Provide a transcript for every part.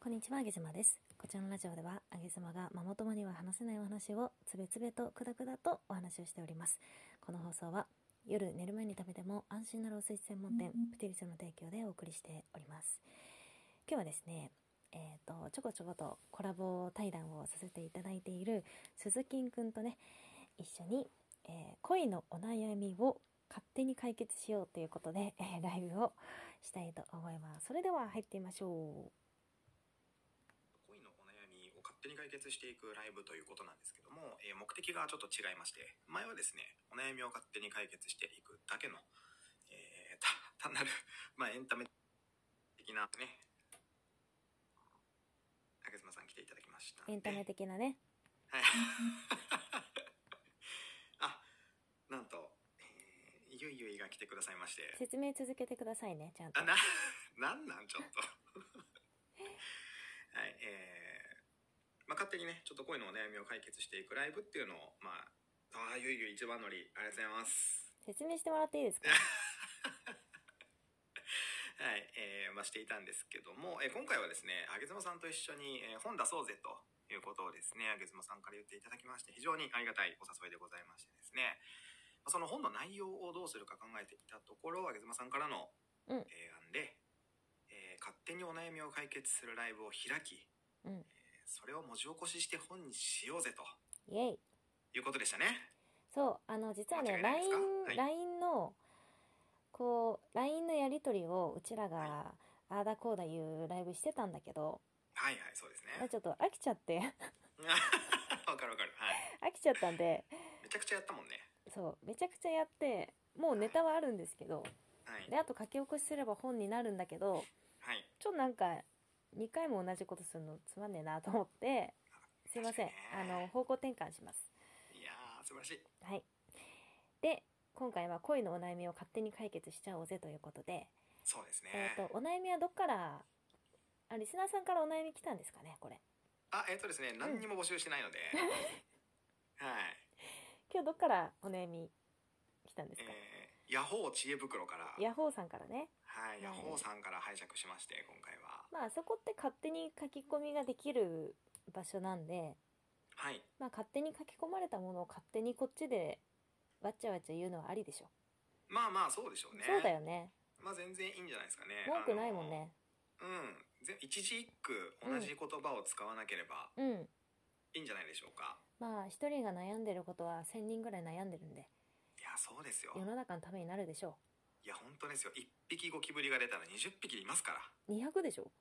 こんにちは、あげずまです。こちらのラジオでは、あげずまがママ友には話せないお話をつべつべとくだくだとお話をしております。この放送は、夜寝る前に食べても安心なロースイーツ専門店、プテリスの提供でお送りしております。今日はですね、えっ、と、ちょこちょことコラボ対談をさせていただいている鈴木くんとね、一緒に、えー恋のお悩みを勝手に解決しようということで、えーライブをしたいと思います。それでは入ってみましょう。恋のお悩みを勝手に解決していくライブということなんですけども、えー目的がちょっと違いまして前はですねお悩みを勝手に解決していくだけの、えーた 単なる、まあ、エンタメ的なね竹妻さん来ていただきましたんでエンタメ的なね。はい。 あなんと、えーゆいゆいが来てくださいまして説明続けてくださいね、ちゃんとあ。な、なんなんちょっと。はい、えー、まあ、勝手にね、ちょっと恋のお悩みを解決していくライブっていうのを、まあ、ああ、ゆいゆい一番乗り、ありがとうございます。説明してもらっていい ですかはい、えー、まあ、していたんですけども、えー今回はですね、あげずまさんと一緒に、えー本出そうぜということをですね、あげずまさんから言っていただきまして、非常にありがたいお誘いでございましてですね、まあその本の内容をどうするか考えていたところ、あげずまさんからのうん、提案で、えー勝手にお悩みを解決するライブを開きうん。それを文字起こしして本にしようぜとイェイ。いうことでしたねそう、あの、実はね、間違いないですか LINE、はい LINE の、こう、LINE のやりとりを、うちらがは、あーだこうだいうライブしてたんだけど、はいはいそうですねちょっと飽きちゃって、 わかるわかるはい飽きちゃったんで、めちゃくちゃやったもんねそう、めちゃくちゃやって、もうネタはあるんですけど、はいで、あと書き起こしすれば本になるんだけど、はいちょっとなんか、2回も同じことするのつまんねえなと思って、すいません確。あかにねの、方向転換します。いやー素晴らしいはい。で、今回は恋のお悩みを勝手に解決しちゃおうぜということで、そうですえっ、ねと、お悩みはどっから、あ、リスナーさんからお悩み来たんですかね、これ。あえっ、とですね何にも募集してないの で、はい今日どっからお悩み来たんですか、えー、ヤホー知恵袋からヤホーさんからね。はいヤホーさんから拝借しまして今回はまあ、あそこって勝手に書き込みができる場所なんで、はいまあ、勝手に書き込まれたものを勝手にこっちで、わっちゃわっちゃ言うのはありでしょ。まあまあそうでしょうねそうだよね。まあ全然いいんじゃないですかね文句ないもんね。うん、ぜ一字一句同じ言葉を使わなければうん。いいんじゃないでしょうか、まあ、一人が悩んでることは千人ぐらい悩んでるんで、いやそうですよ世の中のためになるでしょいや本当ですよ1匹ゴキブリが出たら20匹いますからう。200でしょ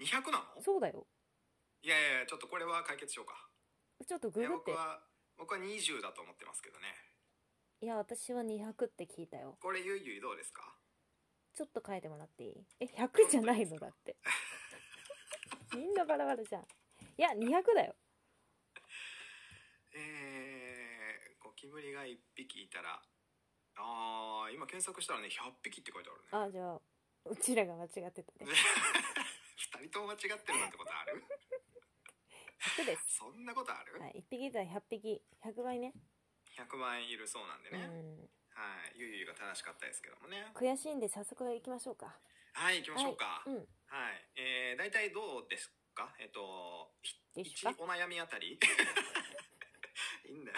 200なのそうだよ。いやいやいやちょっとこれは解決しようかちょっといグやグって。い僕や、は僕は20だと思ってますけどね私は200って聞いたよ。これゆいゆいどうですかちょっと変えてもらっていいえ、100じゃないのだっ て。みんなバラバラじゃん。いや、200だよ。えー、ゴキブリが1匹いたらあー今検索したらね100匹って書いて あるねあ、じゃあ、うちらが間違ってたね。 2人とも間違ってるなんてことある100です。そんなことある、はい、1匹いたら100匹、100倍ね。 100万いるそうなんでうん。ね、はい、ゆいゆいが正しかったですけどもね。悔しいんで早速行きましょうか。はい、行きましょうか。はいうんはい、えー、大体どうですか。えっと、ひでしょ一お悩みあたり。いいんだよ。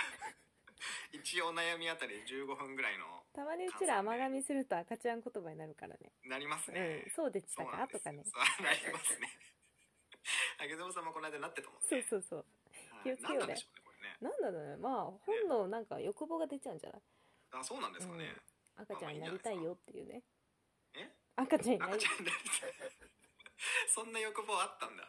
一お悩みあたり15分ぐらいのたまにうちら甘噛みすると赤ちゃん言葉になるからね。なりますねうん。。そうでしたそうかなんとですかね。そうなりますね。あげぞうさんもこの間なってたもんね。そうそうそう。はい気をつけようねなんなんでしょうなんだろうね。ねこれね。まあ、本のなんか欲望が出ちゃうんじゃないあ、そうなんですかね。赤ちゃんになりたいよっていうね。え、赤ちゃんにな赤りちゃんになりたい。 そんな欲望あったんだ。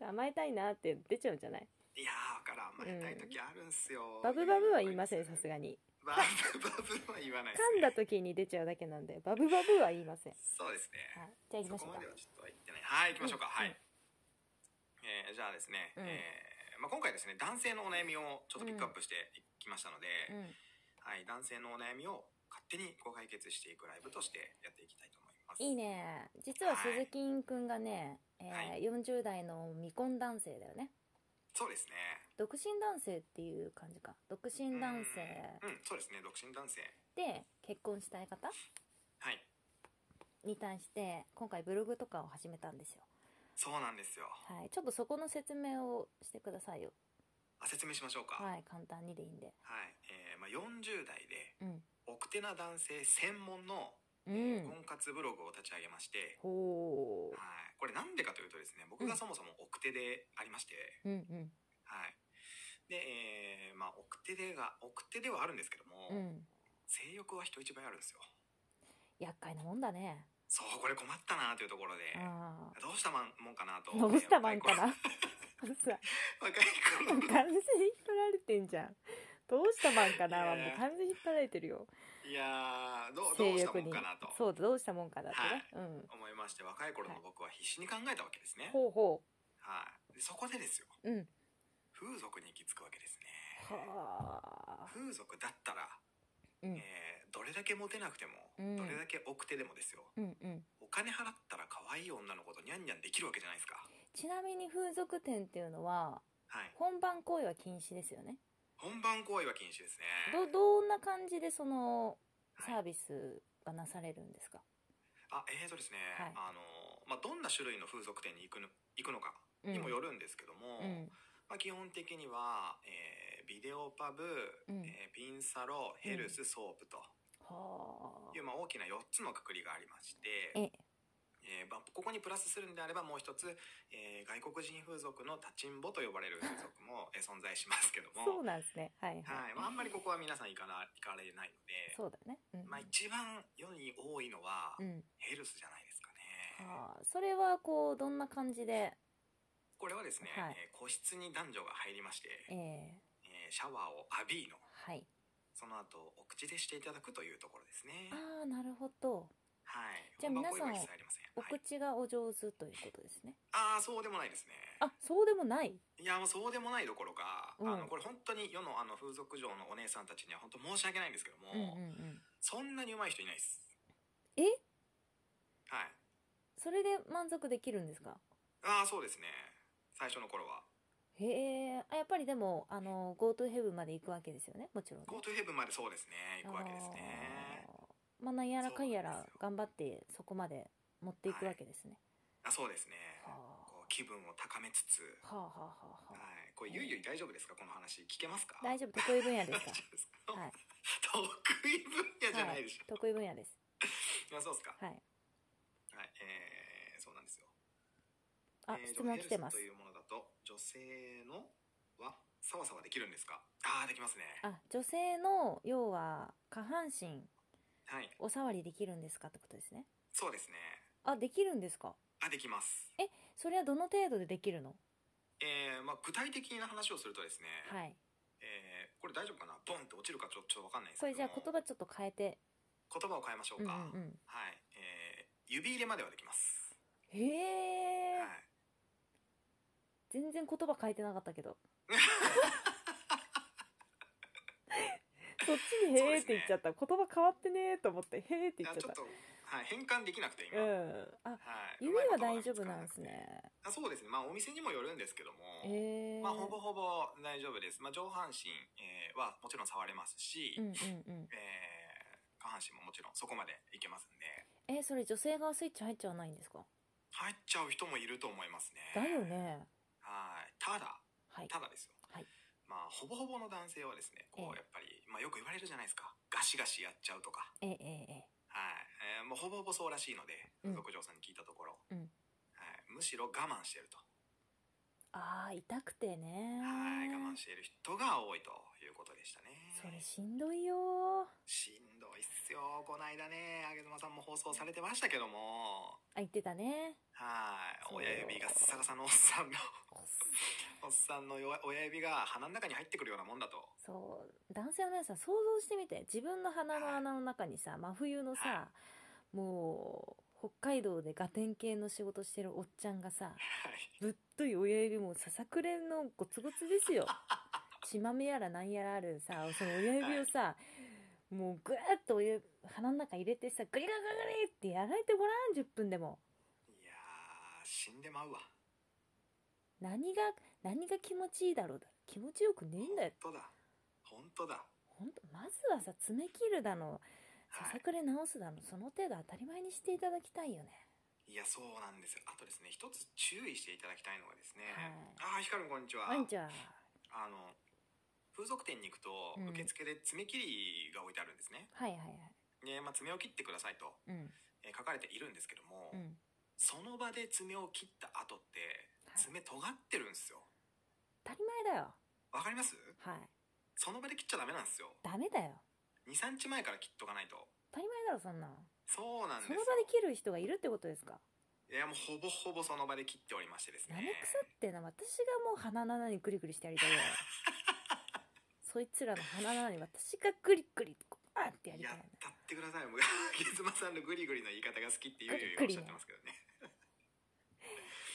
甘えたいなって出ちゃうんじゃないいやー、わからん。甘えたい時あるんすよ。バブバブは言いません、さすがに。バブバブは言わないです噛んねだ時に出ちゃうだけなんで、バブバブは言いません。そうですはねい。じゃあ行きまそしこょうかまで。はちょっと言ってないはい行きましょうか、うんはい、えーじゃあですね、うんえーまあ、今回ですね男性のお悩みをちょっとピックアップしていきましたので、うん。はい、男性のお悩みを勝手にこう解決していくライブとしてやっていきたいと思いますいいね。実は鈴木くんがね、えはー、40代の未婚男性だよね。そうですね独身男性っていう感じか。独身男性うん、うんそうですね独身男性で結婚したい方はいに対して、今回ブログとかを始めたんですよ。そうなんですよ。はい、ちょっとそこの説明をしてくださいよ。あ説明しましょうか。はい。はい、簡単にでいいんで。えーまあ、40代で、うん。奥手な男性専門のうん。婚活ブログを立ち上げまして、ほはい。これなんでかというとですね、僕がそもそも奥手でありまして、う。うんうん。はい。で、えーまあ、奥手でが、奥手ではあるんですけども、うん。性欲は人一倍あるんですよ。厄介なもんだね。そう、これ困ったなというところで、あどうしたまんもんかなと。あ。どうしたまんかな。若あのさ、い完頃全に引っ張られてんじゃん。どうしたまんかなはもう完全に引っ張られてるよ。いやーどう、性どうした欲もんにかなと。そうだどうしたもんかなってね、うん思いまして、若い頃の僕は必死に考えたわけですね。ほうほはい。でそこでですよ、ううん風俗に行き着くわけですね。はあ風俗だったら、うんえーどれだけモテなくても、うんどれだけ奥手でもですよ。うんうんお金払ったら可愛い女の子とニャンニャンできるわけじゃないですか。ちなみに風俗店っていうのははい。本番行為は禁止ですよね本番行為は禁止ですね。どどんな感じでそのはサーいビスがなされるんですかあ、えーとですね、はいあのー、まあ、どんな種類の風俗店に行くの、行くのかうんにもよるんですけどうも、んまあ、基本的には、えービデオパブ、うんえーピンサロ、ヘルス、ソープとはいう、まあ、大きな4つのくくりがありましてあ、ええーまあ、ここにプラスするんであればもう一つ、えー外国人風俗の立ちんぼと呼ばれる風俗 も、えー存在しますけどそもう、なんですねはいはい、はいまあ、あんまりここは皆さん行かな行かれないので、そうだねうん、まあ、一番世に多いのは、うんヘルスじゃないですかね。はあそれはこうどんな感じでこれはですね、はいえー個室に男女が入りまして、えええーシャワーを浴びーの、はいその後、お口でしていただくというところですね。ああなるほどはい。じゃあ皆さん本番行為は一切ありません。おはい、口がお上手ということですねああ、そうでもないですね。あそうでもないいや、もうそうでもないどころか、うんあの、これ本当に世のあの風俗嬢のお姉さんたちには本当申し訳ないんですけども、うんうんうんそんなに上手い人いないです。えはい。それで満足できるんですかああ、そうですね。最初の頃は。へえあやっぱりでもあの GoToHeaven まで行くわけですよねもちろんね GoToHeaven までそうですね。行くわけですね。あーまあなんやらかんやそうなんらですよ頑張ってそこまで持っていくわけですね、あそうですね。はこう気分を高めつつ、あはあはあはあは。はいこれ、ゆいゆい大丈夫ですかこの話。聞けますかあ大丈夫得意分野ですか 大丈夫ですか、はい 得意分野じゃないでしょ。得意分野ですいやそうですか。はいはい、えー、そうなんですよ。あ、えー質問来てますヘルスというものだと、女性のは、さわさわできるんですかああ、できますね。あ女性の要は下半身はい、お触りできるんですかってことですねそうですね。あできるんですかあ、できます。それはどの程度でできるのえー、まあ具体的な話をするとですね、はいえー、これ大丈夫かなボンって落ちるかちょちょっとわかんないんですこれけじゃどあも言葉ちょっと変えて言葉を変えましょううんうか。んうんはい、えー、指入れまではできます。へえ、はい。全然言葉変えてなかったけ どそっちに「へえ」って言っちゃった、言葉変わってねえと思って「へえ」って言いやっちちょゃっったと、はい、変換できなくて今。うはい、んあ指うはま大いこと丈夫が見つからなんでくてす。ねあそうですね。まあお店にもよるんですけども。へえまあ、ほぼほぼ大丈夫です。まあ、上半身、えーはもちろん触れますし、うんうんうんえー下半身ももちろんそこまでいけますんで、えそれ女性側スイッチ入っちゃわないんですか入っちゃう人もいると思いますね。だよ。ねはい。ただ、はいただですよ。はいまあ、ほぼほぼの男性はですね、こえう、えやっぱり、まあ、よく言われるじゃないですか。ガシガシやっちゃうとか。えええはい。えーもうほぼほぼそうらしいので、う風ん俗嬢さんに聞いたところ、うんはい、むしろ我慢してると。ああ痛くてねはい。我慢している人が多いということでしたね。それしんどいよしんどいっすよ。こないだね、あげずまさんも放送されてましたけども。あ言ってたねはい。そう親指がさかさのおっさんの、おっさんのよ親指が鼻の中に入ってくるようなもんだと。そう男性の皆さん想像してみて自分の鼻の穴の中にさ真冬のさはもう北海道でガテン系の仕事してるおっちゃんがさはい。ぶっとい親指もささくれのゴツゴツです よ血まみやらなんやらあるさその親指をさもうぐーっと親指鼻の中入れてさグリグリグリってやられてごらん10分でもいやー、死んでまうわ。何が何が気持ちいいだろうだ気持ちよくねえんだよ本当だ。本当だ。ほんとまずはさ爪切るだのさはさくれ直すだのその程度当たり前にしていただきたいよねい。いや、そうなんですよ。あとですね、一つ注注意していただきたいのがですね、はああひかるんこんにちはこんにちは。あの風俗店に行くとうん受付で爪切りが置いてあるんですね、はいはいはい。でまあ、爪を切ってくださいと、うんえー書かれているんですけども、うん。その場で爪を切った後ってはい爪尖ってるんですよ当たり前だよ。わかりますはい。その場で切っちゃダメなんですよダメだよ。 23日前から切っとかないと当たり前だろそんなの。そうなんですそよの場で切る人がいるってことですか。いやもうほぼほぼその場で切っておりましてですなねめくさってな私がもう鼻の穴にクリクリしてやりたい よそいつらの鼻の穴に私がクリクリとこうあーってやりやたいっよねたってくださいもう ゲズマさんのグリグリの言い方が好きっていうようグおっリグリしゃっねてますけどね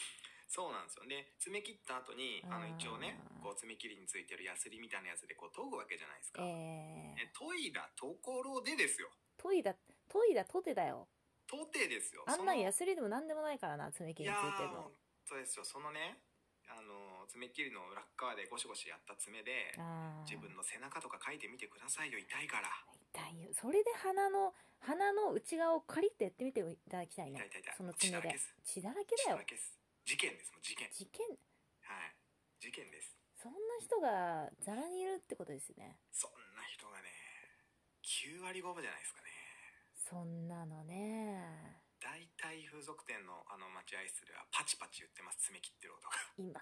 そうなんですよで爪切った後にああのー一応ねこう爪切りについてるヤスリみたいなやつでこう研ぐわけじゃないですか、ええ研いだところでですよー、研いだ研いだとてだよ到底ですよあんなんそのヤスリでも何でもないからな爪切りについていやーも本当ですよそのねあの爪切りの裏っ側でゴシゴシやった爪であー自分の背中とか書いてみてくださいよ痛いから痛いよそれで鼻の鼻の内側をカリッとやってみていただきたい痛いね痛い痛いその血爪だらけでです血だら血けだだよらけです事件ですもう事件事件はい事件ですそんな人がザラにいるってことですよねそんな人がね9割5分じゃないですかそねんなのね大体風俗店のあの待合室ではパチパチ言ってます爪切ってる音が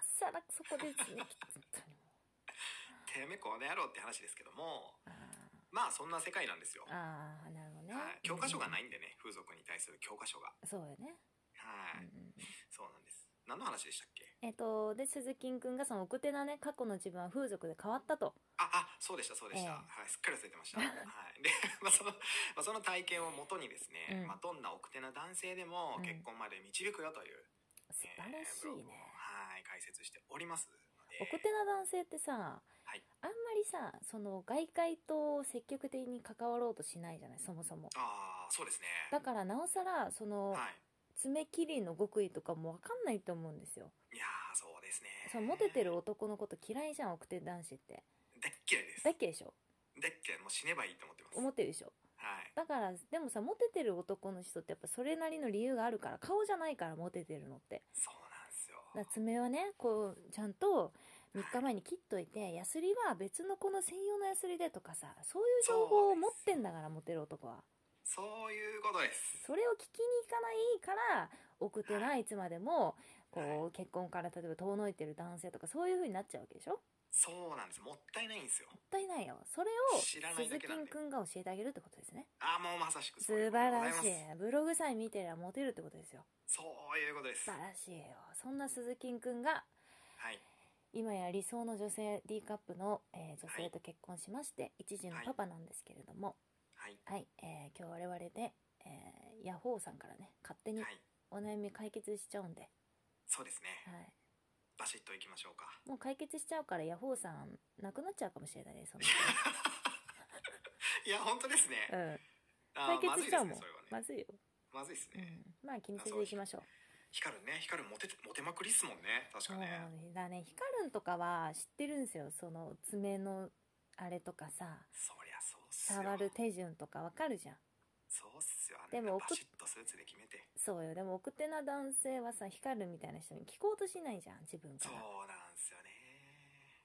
今さらそこで爪切ったの てめえこの野郎って話ですけどもあまあそんな世界なんですよ、ーあーなるほどね、はい、教科書がないいんでね風俗に対する教科書がそうよね、はい、うんうんうんそうなんです何の話でしたっけえっ、とで鈴木くんがその奥手なね過去の自分は風俗で変わったとああそうでしたそうでした、ええはい、すっかり忘れてました はいで、 まあ、その、まあ、その体験をもとにですね、うんまあ、どんな奥手な男性でもうん結婚まで導くよという、素晴らしいね、はい解説しておりますので奥手な男性ってさ、はいあんまりさその外界と積極的に関わろうとしないじゃないそもそもああそうですねだからなおさらその、はい爪切りの極意とかも分かんないと思うんですよいやーそうですねそのモテてる男のこと嫌いじゃん奥手男子って大っ嫌いですだ大っっけでしょ嫌いもう死ねばいいと思ってます思ってるでしょはいだからでもさモテてる男の人ってやっぱそれなりの理由があるから顔じゃないからモテてるのってそうなんですよだから爪はねこうちゃんと3日前に切っといてヤスリは別のこの専用のヤスリでとかさそういう情報を持ってんだからモテる男はそういうことですそれを聞きに行かないから奥手ないつまでもはこう結婚から例えば遠のいてる男性とかそういう風になっちゃうわけでしょもっそうなんですもったいないんですよたいないよそれを知らない鈴だ木けなんでくんが教えてあげるってことですねああもうまさしく素そういう晴ことでござらいましすいブログさえ見てりゃモテるってことですよそういうことです素晴らしいよそんな鈴木くんがはい今や理想の女性 D カップの、えー女性と結婚しまして、一時のパパなんですけれども、はいはいえー今日我々で、えーヤホーさんからね勝手にはいお悩み解決しちゃうんで、そうですねはい、バシッといきましょうかもう解決しちゃうからヤホーさんなくなっちゃうかもしれないですそ のいや本当ですね、うん、あ解ーま決ずいしちでゃすうもんねそれはねまずいよ、まずいですうんね、、まあ気にせずいきましょう光るね光るモテてモテまくりっすもんね確そうかねだねヒカルンとかは知ってるんですよその爪のあれとかさそりゃそうっすよ触る手順とかわかるじゃんそうっすよあんでなもバシッとスーツで決めてそうよでも奥手な男性はさ光るみたいな人に聞こうとしないじゃん自分かそうらなんですよね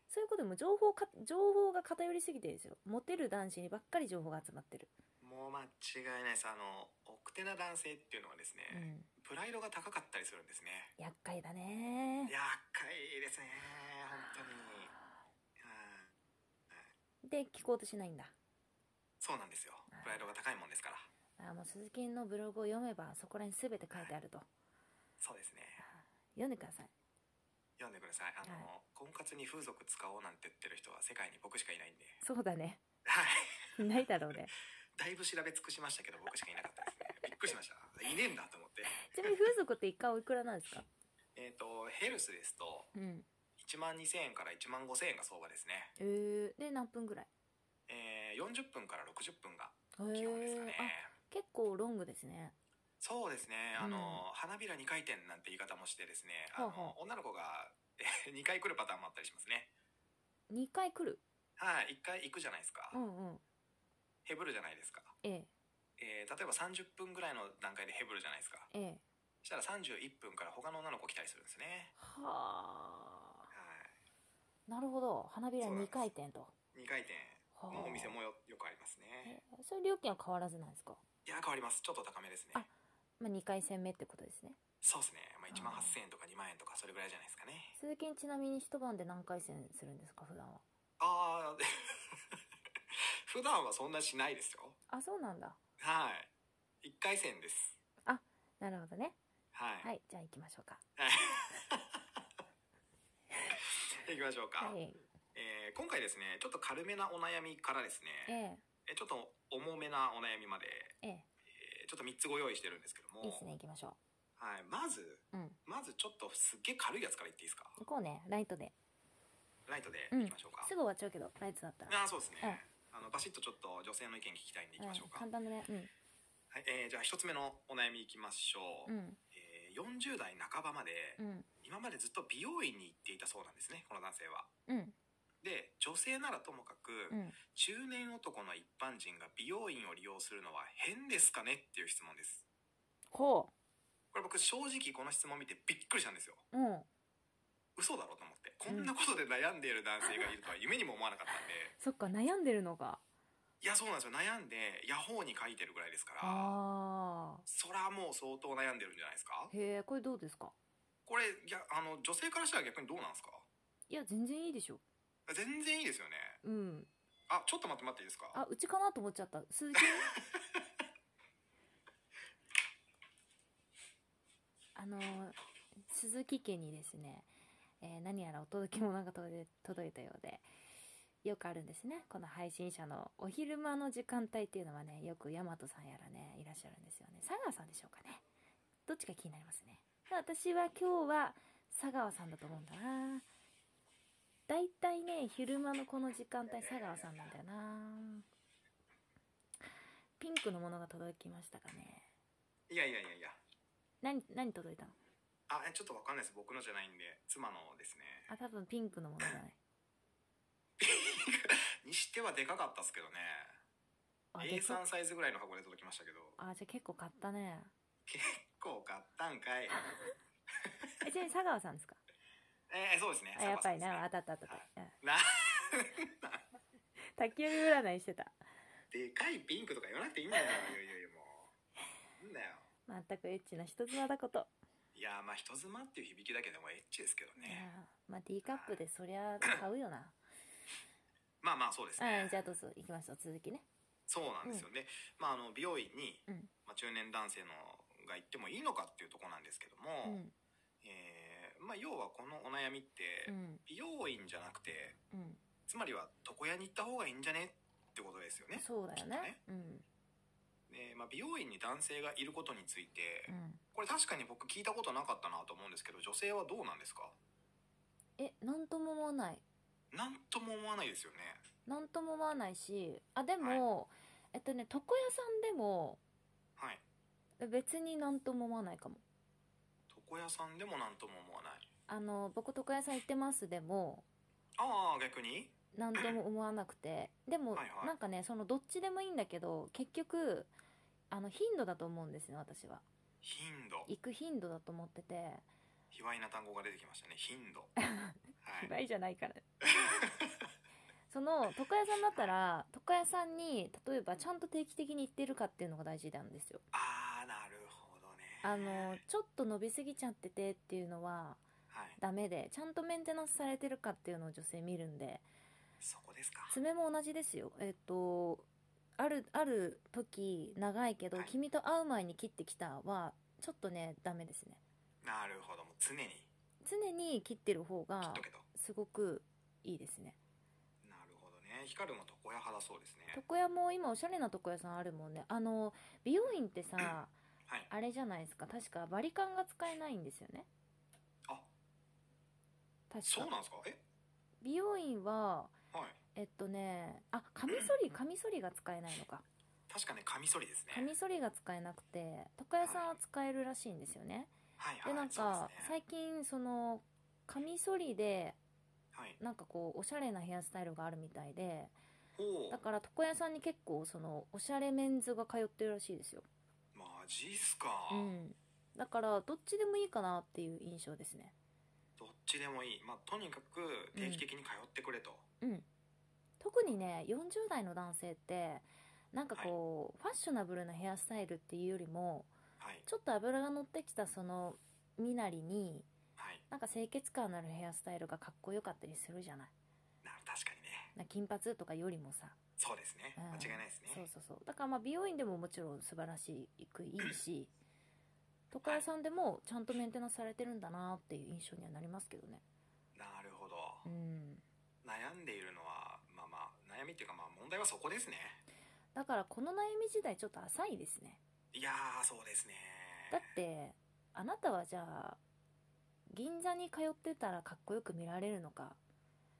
そういうことでも情報か情報が偏りすぎてるんですよモテる男子にばっかり情報が集まってる、もう間違いないですあの奥手な男性っていうのはですうね、ん、プライドが高かったりするんですね厄介だね厄介ですね本当にでうん聞こうとしないんだそうなんですよプライドが高いもんですからあもう鈴木のブログを読めばそこらに全て書いてあるとそうですね読んでください読んでくださいあの、婚活に風俗使おうなんて言ってる人は世界に僕しかいないんでそうだね はい ないだろうねだいぶ調べ尽くしましたけど僕しかいなかったですね びっくりしましたいねえんだと思ってちなみに風俗って一回おいくらなんですかえっ、とヘルスですとうん1万2000円から1万5000円が相場ですねえー、で何分ぐらいえー、40分から60分がへ基本ですかーね、あ結構ロングですねそうですね、うんあの花びら2回転なんて言い方もしてですねあのほう女の子が2回来るパターンもあったりしますね2回来るはい1回行くじゃないですか、うんうんヘブルじゃないですか、えええー例えば30分ぐらいの段階でヘブルじゃないですかええしたら31分から他の女の子来たりするんですね。はあはなるほど花びらそうなんで2す回転とい。2回転はのお店あもよよくありますね。えそれ料金は変わらずなんですか、いや、変わります。ちょっと高めですね。あまあ、2回戦目ってことですねそうですね。まあ、1万あー8000円とか2万円とか、それぐらいじゃないですかね。鈴木ちなみに一晩で何回戦するんですか普段はああ、 普段はそんなしないですよ。あそうなんだはい。1回戦です。なるほどねははいい。じゃあ行きましょうかはい。いきましょうか、はいえー今回ですね、ちょっと軽めなお悩みからですえね、ええちょっと重めなお悩みまで、えええーちょっと3つご用意してるんですけども、いいっすね行きましょはい、まず、ううんまずちょっとすっげえ軽いやつからいっていいですか行こうねライトでライトでうんいきましょうか。すぐ終わっちゃうけどライトだったらああ、そうですね。あのバシッとちょっと女性の意見聞きたいんでいきましょうか。うん、簡単だねうんはい、えーじゃあ1つ目のお悩みいきましょうう。んえー40代半ばまで、うん今までずっと美容院に行っていたそうなんですね、この男性は。うんで、女性ならともかく、うん中年男の一般人が美容院を利用するのは変ですかねっていう質問です。ほこれ僕正直この質問見てびっくりしたんですよ。ううん嘘だろうと思って。こんなことで悩んでいる男性がいるとは夢にも思わなかったんで。そっか悩んでるのかいや、そうなんですよ。悩んで、ヤホーに書いてるぐらいですから。あそらもう相当悩んでるんじゃないですかーへえこれどうですかこれ、いや、あの、女性からしたら逆にどうなんですかいや全然いいでしょ全然いいですよね。うんあ、ちょっと待って待っていいですかあうちかなと思っちゃった鈴木あの鈴木家にですね、えー何やらお届け物が届い届いたようでよくあるんですねこの配信者のお昼間の時間帯っていうのはねよく大和さんやらねいらっしゃるんですよね佐川さんでしょうかねどっちか気になりますね私は今日は佐川さんだと思うんだな大体ね昼間のこの時間帯佐川さんなんだよなピンクのものが届きましたかねいやいやいやいや。何何届いたのあ、えちょっとわかんないです。僕のじゃないんで、妻のですね。あ多分ピンクのものじゃないにしてはでかかったっすけどね。あでか A3 サイズぐらいの箱で届きましたけど。あじゃあ結構買ったね結構買ったんかい。えちなみに佐川さん ですかえー、そうですね。あやっぱりサなあバさんですねたったあったあった、うん、な焚き火占いしてたでかいピンクとか言わなくていいんだよ。いやいやいや、もう。なんだよ。全くエッチな人妻だこと、いやー、まあ人妻っていう響きだけでもエッチですけどいやね。ーまあ D カップでそりゃ買うよなまあまあそうですうんねじ。ゃあどうぞ行きましょう続きねそうなんですよね。まああの、美容院にうん、まあ中年男性のが行ってもいいのかっていうところなんですけどうも、んえーまあ要はこのお悩みっうて、ん美容院じゃなくて、うんつまりは床屋に行った方がいいんじゃねってことですよね。そうだよきっとねうんで、まあ、美容院に男性がいることについて、うんこれ確かに僕聞いたことなかったなと思うんですけど、女性はどうなんですかえなんとも思わないなんとも思わないですよね。なんとも思わないしあでも、えっとね床屋さんでもはい。別になんとも思わないかも床屋さんでもなんとも思わない。あの僕床屋さん行ってますでもああ、逆になんとも思わなくてでも、はいはいなんかねそのどっちでもいいんだけど結局あの頻度だと思うんですね私は頻度。行く頻度だと思ってて卑猥な単語が出てきましたね。頻 度。はい。倍じゃないからその床屋さんだったら床屋さんに例えばちゃんと定期的に行ってるかっていうのが大事なんですよああ、なるほどね。あのちょっと伸びすぎちゃっててっていうのははい。ダメでちゃんとメンテナンスされてるかっていうのを女性見るんでそこですか。爪も同じですよえっとあるある時長いけど、はい君と会う前に切ってきたはちょっとねダメですねなるほど。もう常に常に切ってる方切がっとけと。すごくいいですねなるほどね。光るも床屋派だそうですね。床屋も今おしゃれな床屋さんあるもんねあの美容院ってさはい。あれじゃないですか確かバリカンが使えないんですよねあ、確そうかなんですかえ美容院ははい。えっとねあカミソリカミソリが使えないのか確かね、カミソリですね。カミソリが使えなくて床屋さんは使えるらしいんですよねはいはい。でなんそうかですね最近そのカミソリではい。なんかこうおしゃれなヘアスタイルがあるみたいでほだから床屋さんに結構そのおしゃれメンズが通ってるらしいですよう。マジっすか。うんだからどっちでもいいかなっていう印象ですねどっちでもいい、まあ、とにかく定期的に通ってくれと、うん特にね40代の男性ってなんかこう、ファッショナブルなヘアスタイルっていうよりもはいちょっと脂が乗ってきたその身なりにはいなんか清潔感のあるヘアスタイルがかっこよかったりするじゃないな確かにねな金髪とかよりもさそうですねうん間違いないですね、そうそうそうだからまあ美容院でももちろん素晴らしくいいし床屋さんでもちゃんとメンテナンスされてるんだなっていう印象にはなりますけどねなるほど、うん悩んでいるのはまあまあ悩みっていうかまあ問題はそこですねだからこの悩み時代ちょっと浅いですねいやーそうですねだってあなたはじゃあ銀座に通ってたらかっこよく見られるのか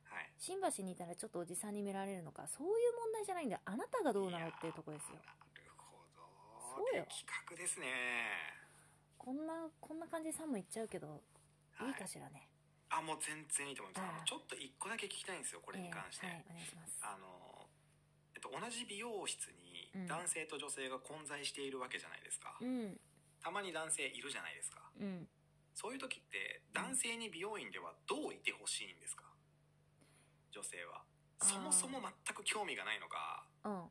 はい新橋にいたらちょっとおじさんに見られるのかそういう問題じゃないんだよあなたがどうなのっていうとこですよいやーなるほどそうよ的確ですねこんなこんな感じで3問いっちゃうけどいいかしらね、ら、あもう全然いいと思いあまーすちょっと一個だけ聞きたいんですよこれに関して、えーはいお願いしますあのえっと、同じ美容室にうん男性と女性が混在しているわけじゃないですか、うんたまに男性いるじゃないですかうんそういう時って男性に美容院ではどういてほしいんですか女性はあーそもそも全く興味がないのかうん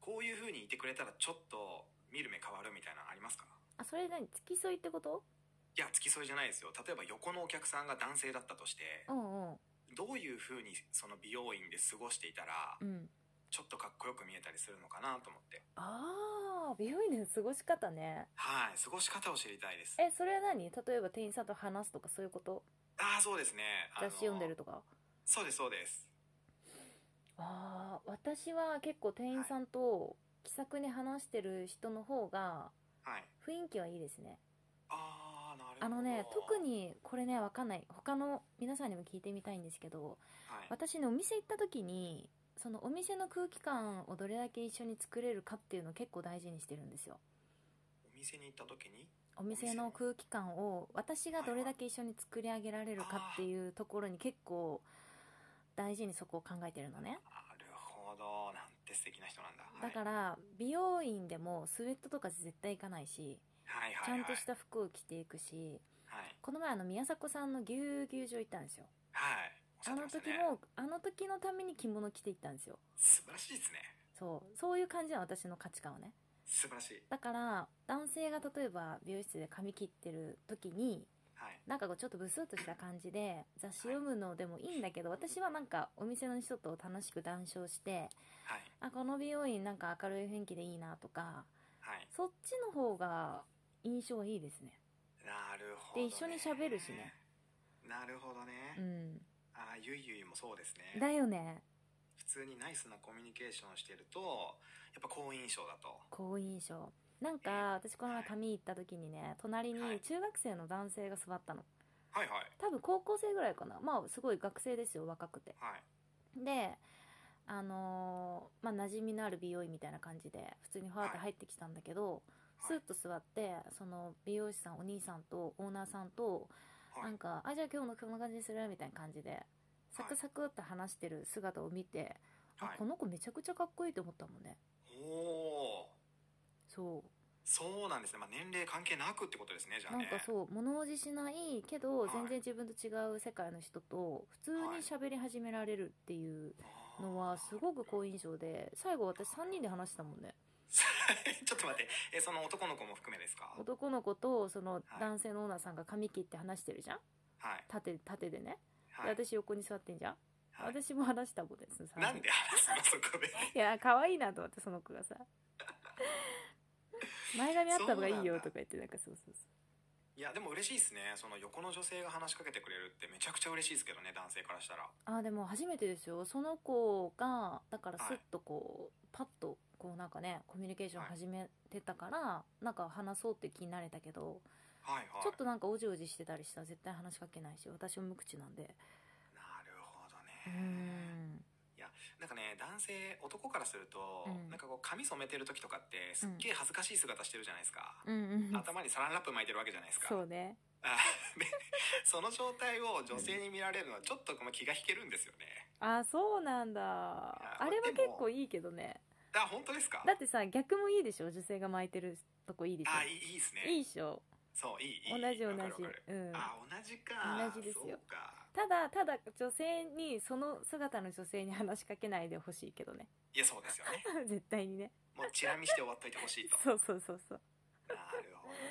こういう風にいてくれたらちょっと見る目変わるみたいなのありますかあそれ何付き添いってこといや付き添いじゃないですよ例えば横のお客さんが男性だったとしてうんうんどういう風にその美容院で過ごしていたらうんちょっとかっこよく見えたりするのかなと思ってああ美容院の過ごし方ねはい過ごし方を知りたいですえそれは何例えば店員さんと話すとかそういうことああそうですねあの雑誌読んでるとかそうですそうですああ私は結構店員さんと気さくに話してる人の方がはい雰囲気はいいですねああなるほどあのね特、にこれねわかんない他の皆さんにも聞いてみたいんですけどはい、私ねお店行った時にそのお店の空気感をどれだけ一緒に作れるかっていうのを結構大事にしてるんですよお店に行った時にお店の空気感を私がどれだけ一緒に作り上げられるかっていうところに結構大事にそこを考えてるのねなるほどなんて素敵な人なんだ、だからら美容院でもスウェットとか絶対行かないしはいはいちはゃい、んとした服を着ていくしはいこの前あの宮迫さんのぎゅうぎゅう場行ったんですよはいおっしゃあってのました時ねもあの時のために着物着ていったんですよ素晴らしいですねそうそういう感じは私の価値観はね素晴らしいだから男性が例えば美容室で髪切ってる時にはいなんかこうちょっとブスッとした感じで雑誌読むのでもいいんだけど私はなんかお店の人と楽しく談笑してはいあこの美容院なんか明るい雰囲気でいいなとかはいそっちの方が印象いいですねなるほど、ね、で一緒に喋るしねなるほどね、うんああゆいゆいもそうですだねよね普通にナイスなコミュニケーションをしてるとやっぱ好印象だと好印象なんか私この前髪行った時にね隣にはい中学生の男性が座ったのはいはい多分高校生ぐらいかなまあすごい学生ですよ若くてはいであのーまあ馴染みのある美容院みたいな感じで普通にファーって入ってきたんだけど、スはッいと座ってその美容師さんお兄さんとオーナーさんとはないんか「あじゃあ今日のこんな感じにする?」みたいな感じでサクサクって話してる姿を見て、はあいこの子めちゃくちゃかっこいいと思ったもんねおおそそうなんですね、まあ、年齢関係なくってことですねじゃうあなんねかそう物おじしないけどはい全然自分と違う世界の人と普通に喋り始められるっていうあーのはすごく好印象で最後私3人で話したもんね ちょっと待ってえその男の子も含めですか男の子とそのはい男性のオーナーさんが髪切って話してるじゃんはい縦縦でねはいで私横に座ってんじゃんはい私も話したもんですさなんで話すのそこで いや可愛いなと思ってその子がさ前髪あった方がいいよとか言ってなんかそうそうそいやでも嬉しいですねその横の女性が話しかけてくれるってめちゃくちゃ嬉しいですけどね男性からしたらうあーでも初めてですよその子がだからはいスッとこう、パッとこうなんかねコミュニケーション始めてたから、なんか話そうって気になれたけど、はいはいちょっとなんかおじおじしてたりしたら絶対話しかけないし私も無口なんでなるほどうーねんなんかね男性男からすると、うんなんかこう髪染めてる時とかってすっげえ恥ずかしい姿してるじゃないですか、うんうん頭にサランラップ巻いてるわけじゃないですかそうねあでその状態を女性に見られるのはちょっとこの気が引けるんですよねあーそうなんだやあれは結構いいけどねあ本当ですかだってさ逆もいいでしょ女性が巻いてるとこいいでしょあいいいいですねいいでしょそういいい同いじ同わじかるわかるうんあ同じか同じですよそうかただただ女性にその姿の女性に話しかけないでほしいけどね いやそうですよね絶対にねもうチラ見して終わっといてほしいと そうそうそうそうなるほどね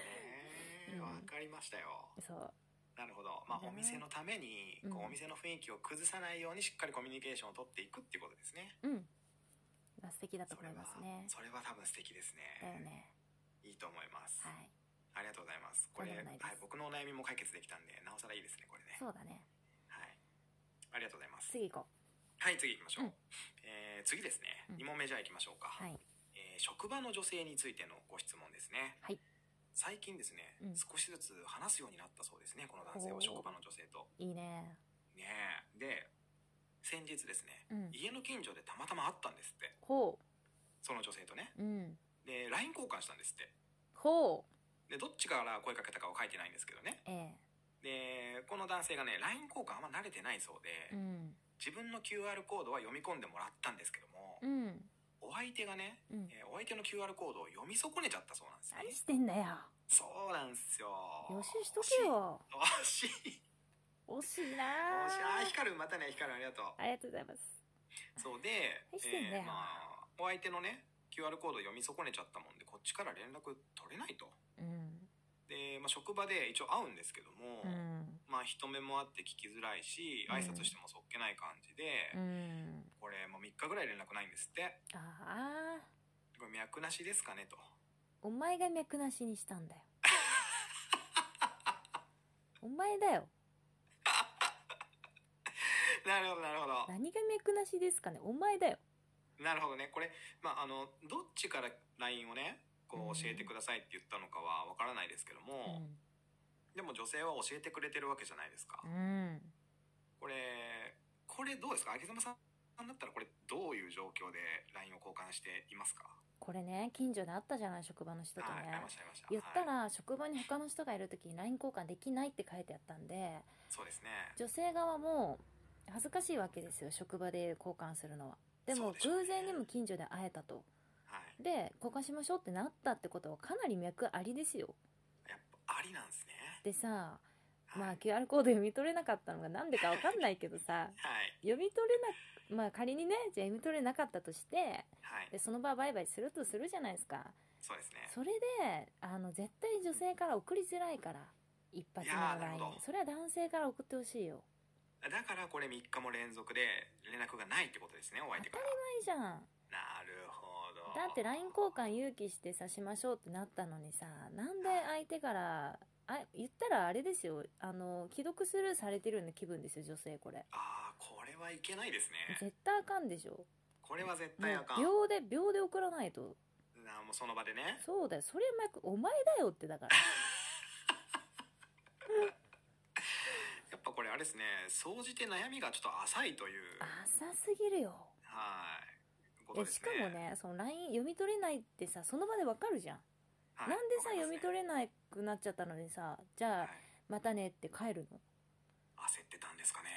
うんわかりましたよそうなるほどまあだおな店のためにうんこうお店の雰囲気を崩さないようにしっかりコミュニケーションを取っていくっていうことですねうんまあ素敵だとそ思れいはますねそれは多分素敵ですだよねねいいと思いますはいありがとうございますこれとんではもないいです僕のお悩みも解決できたんでなおさらいいですねこれねそうだねはいありがとうございます次行こはい次行きましょううんえー次ですねうん2問目じゃあ行きましょうかうはいえー職場の女性についてのご質問ですね、はい最近ですね、うん少しずつ話すようになったそうですねこの男性ほはう職場の女性といいねねえで先日ですねうん家の近所でたまたま会ったんですってほその女性とねううんで LINE 交換したんですってほうでどっちから声かけたかは書いてないんですけどねええでこの男性がね LINE 交換あんま慣れてないそううで、ん自分の QR コードは読み込んでもらったんですけども、うんお相手がね、うんえーお相手の QR コードを読み損ねちゃったそうなんです何してねんだよそうなんすよ予習しとけよ惜しい。惜惜しいしい。あなー、ヒカル、またね、ヒカル、ありがとう。ありがとうございますそうで、何してんだよえーまあ、お相手のね、QR コード読み損ねちゃったもんで、こっちから連絡取れないと。うんで、まあ、職場で一応会うんですけども、うんまあ、人目もあって聞きづらいし、うん挨拶してもそっけない感じで、うんこれもう3日ぐらい連絡ないんですって。ああこれ脈なしですかねと。 お前が脈なしにしたんだよ お前だよなるほど、なるほど。何が脈なしですかねお前だよなるほどね。これ、まあ、あの、どっちから LINE をね、こう教えてくださいって言ったのかはわからないですけどうも、でも女性は教えてくれてるわけじゃないですか。うんこれ、これどうですかあげざまさんだったらこれどういう状況で LINE を交換していますかこれね近所であったじゃない職場の人とはい、ありねました、ありました。言ったはらい、職場に他の人がいる時に LINE 交換できないって書いてあったんでそうですね。女性側も恥ずかしいわけですよ職場で交換するのはでそうもでしょうね偶然にも近所で会えたとはい。で交換しましょうってなったってことはかなり脈ありですよやっぱありなんですね。でさはまあい QR コード読み取れなかったのがなんでかわかんないけどさはい、読み取れなまあ仮にねじゃあ読み取れなかったとしてはい。でその場はバイバイするとするじゃないですかそうですね。それであの絶対女性から送りづらいから一発目いのやーな LINE るほどそれは男性から送ってほしいよだからこれ3日も連続で連絡がないってことですね、お相手から。ないじゃんなるほど。だって LINE 交換勇気してさしましょうってなったのにさなんで相手からあ言ったらあれですよあの既読スルーされてるような気分ですよ女性これああ、これはいけないですね。絶対あかんでしょこれは絶も対あかうん。秒で秒で送らないとなあもうその場でね。そうだよそれお前だよってだからやっぱこれあれですね、総じて悩みがちょっと浅いという、浅すぎるよはい、こいとやですしねか。もねその LINE 読み取れないってさその場でわかるじゃん、はい、なんでさ、読み取れれなくなっちゃったのにさじゃあ、はい、またねって帰るの焦ってたんですかね。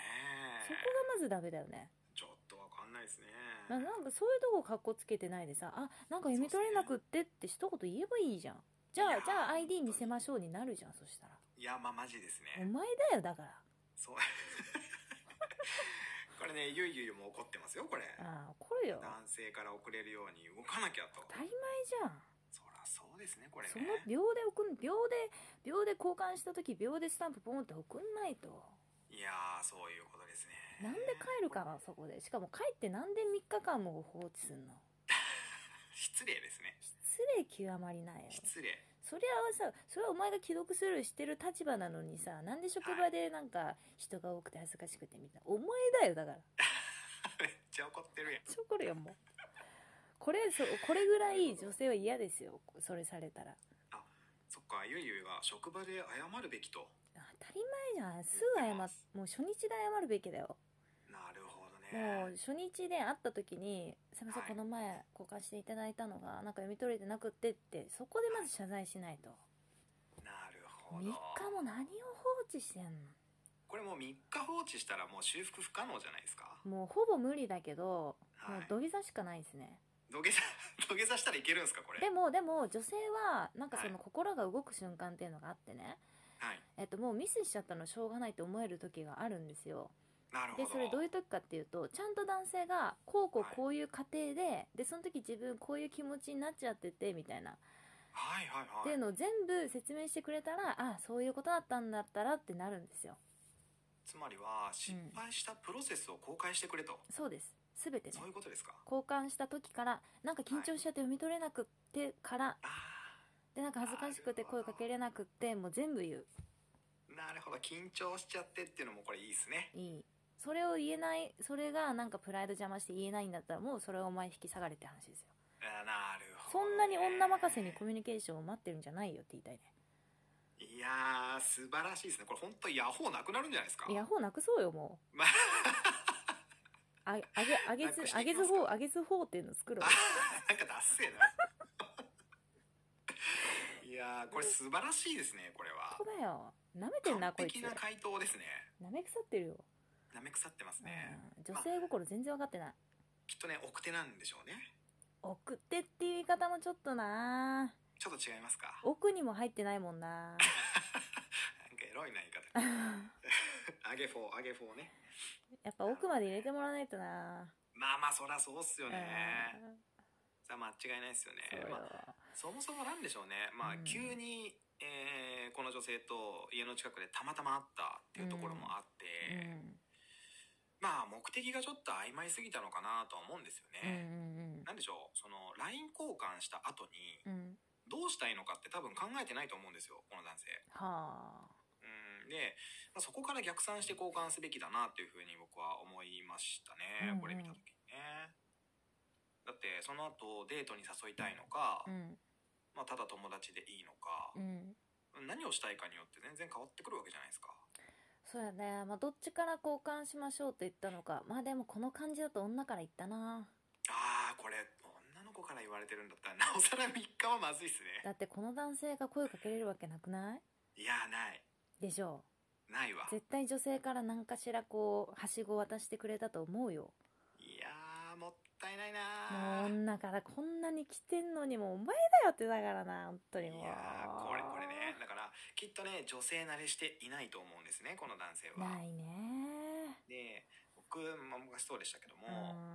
そこがまずダメだよね、ちょっとわかんないですね。まあなんかそういうとこかっこつけてないでさあなんか読み取れなくってって一言言えばいいじゃんじゃあいやーじゃあ ID 見せましょうになるじゃんそしたらいや、まあマジですおね。前だよだからそう。 これね、ゆいゆいも怒ってますよ、これ。ああ怒るよ男性から送れるように動かなきゃと当。たり前じゃんそらそうですね、これねそ。の秒で送る秒で秒で交換した時秒でスタンプポンって送んないといやー、そういうことですね。なんで帰るかなそこでしかも帰ってなんで3日間も放置すんの失礼ですね。失礼極まりないよ失礼。 そりゃあさそれはお前が既読スルーしてる立場なのにさなんで職場でなんか人が多くて恥ずかしくてみたいなお前だよだからめっちゃ怒ってるやん。ちょこれよもうこれそうこれぐらい女性は嫌ですよそれされたらそっか、ゆいゆいが職場で謝るべきと。当たり前じゃんすぐ謝っもう初日で謝るべきだよなるほどもうね。初日で会った時に「すみませんはいこの前交換していただいたのがなんか読み取れてなくって」ってそこでまず謝罪しないとなるほ3ど。日も何を放置してんのこれもう3日放置したらもう修復不可能じゃないですか。もうほぼ無理だけどはもうい。土下座しかないですね土下座土下座 したらいけるんですかこれでもでも女性はなんかそはの心が動く瞬間っていうのがあってね、はいえっと、もうミスしちゃったのしょうがないと思える時があるんですよなるほでどそれどういう時かっていうとちゃんと男性がこうこうこういう過程で,、でその時自分こういう気持ちになっちゃっててみたいな、はいはいってはいいうのを全部説明してくれたらあそういうことだったんだったらってなるんですよつまりは失敗したプロセスを公開してくれと、そうです全てねそういうことですか交換した時からなんか緊張しちゃって読み取れなくってから、あでなんか恥ずかしくてなるほ声どかけれなくってもう全部言うーなるほど緊張しちゃってっていうのもこれいいですねいいそれを言えないそれがなんかプライド邪魔して言えないんだったらもうそれはお前引き下がれって話ですよあーなるほそどね、んなに女任せにコミュニケーションを待ってるんじゃないよって言いたいねいやー素晴らしいですねこれ本当ヤホーなくなるんじゃないですかヤホーなくそうよも うまあああげあげなくしずてあいきげまずすか方あげず方っていうの作ろうなんかダッセーな いやーこれ素晴らしいですねこれはそうだよなめてんなこ完いつ璧な回答ですねなめ腐ってるよ、なめ腐ってますうんね、女性心全然分かってないきっとね奥手なんでしょうね奥手っていう言い方もちょっとなちょっと違いますか奥にも入ってないもん ななんかエロいな言い方やあげフォーあげフォーねっぱ奥まで入れてもらわないとなまあまあそりゃそうっすようんねさあ間違いないですよねそうよまあ、そもそもなんでしょうねまあ、うん急に、えーこの女性と家の近くでたまたま会ったっていうところもあって、まあ目的がちょっと曖昧すぎたのかなとは思うんですようんね、なんでしょうその LINE 交換した後にうんうんうんどうしたいのかって多分考えてないと思うんですよこの男性はうんで、まあ、そこから逆算して交換すべきだなっていうふうに僕は思いましたね、うんうんこれ見た時にねだってその後デートに誘いたいのか、あうんまあ、ただ友達でいいのかう、ん何をしたいかによって全然変わってくるわけじゃないですかそうやねまあどっちから交換しましょうって言ったのかまあでもこの感じだと女から言ったなああこれ女の子から言われてるんだったらなおさら3日はまずいっすねだってこの男性が声かけれるわけなくないいやーないでしょないわう絶対女性から何かしらこうはしごを渡してくれたと思うよいやーもったいないもうなー女からこんなに来てんのにもうお前だよってだからな本当いにやもうーこれこれねだからきっとね女性慣れしていないと思うんですねこの男性はないねで僕も昔そうでしたけども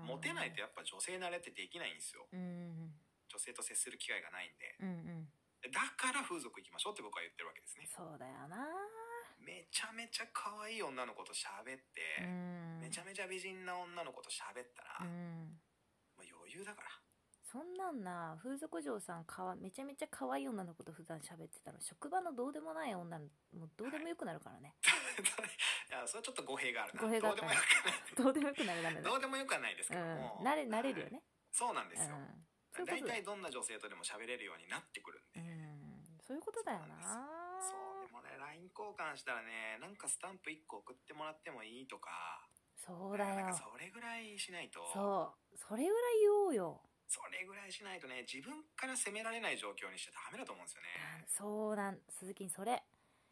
うんモテないとやっぱ女性慣れってできないんですようん女性と接する機会がないんでうんうんだから風俗行きましょうって僕は言ってるわけですねそうだよなめちゃめちゃ可愛い女の子と喋って、んめちゃめちゃ美人な女の子と喋ったうら、んもう余裕だから そんなんな風俗嬢さんかわめちゃめちゃ可愛い女の子と普段喋ってたら職場のどうでもない女のもうどうでもよくなるからね、いやそれちょっと語弊があるな語弊があ どっうでたどうでももよくよくなるダメはだどうでもよくはないですけども、うん、慣れ慣れるよはいね、そうなんですよ、うん、そういう大ことだ体どんな女性とでも喋れるようになってくるんうで、んそういうことだよなそうでもね LINE 交換したらねなんかスタンプ1個送ってもらってもいいとかそうだなんよかそれぐらいしないとそうそれぐらい言おうよそれぐらいしないとね自分から責められない状況にしちゃダメだと思うんですよねそうなん鈴木にそれ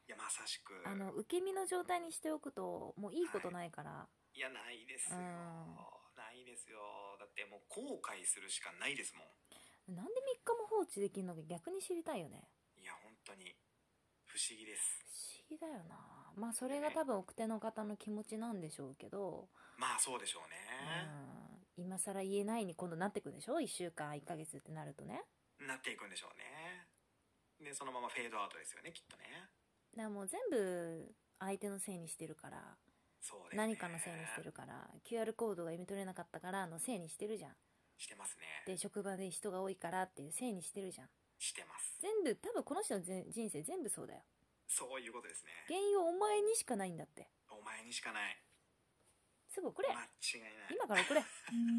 いやまさしくあの受け身の状態にしておくともういいことないから、いやないですようんないですよだってもう後悔するしかないですもんなんで3日も放置できるのか逆に知りたいよねいや本当に不思議です不思議だよなまあそれが多分奥手の方の気持ちなんでしょうけど、まあそうでしょうねうん、今更言えないに今度なってくるでしょ1週間1ヶ月ってなるとねなっていくんでしょうねでそのままフェードアウトですよねきっとねだからもう全部相手のせいにしてるからそうですね何かのせいにしてるから QR コードが読み取れなかったからのせいにしてるじゃんしてますねで職場で人が多いからっていうせいにしてるじゃんしてます全部多分この人の全人生全部そうだよそういうことですね原因はお前にしかないんだってお前にしかないすぐ送れ間違いない今から送れ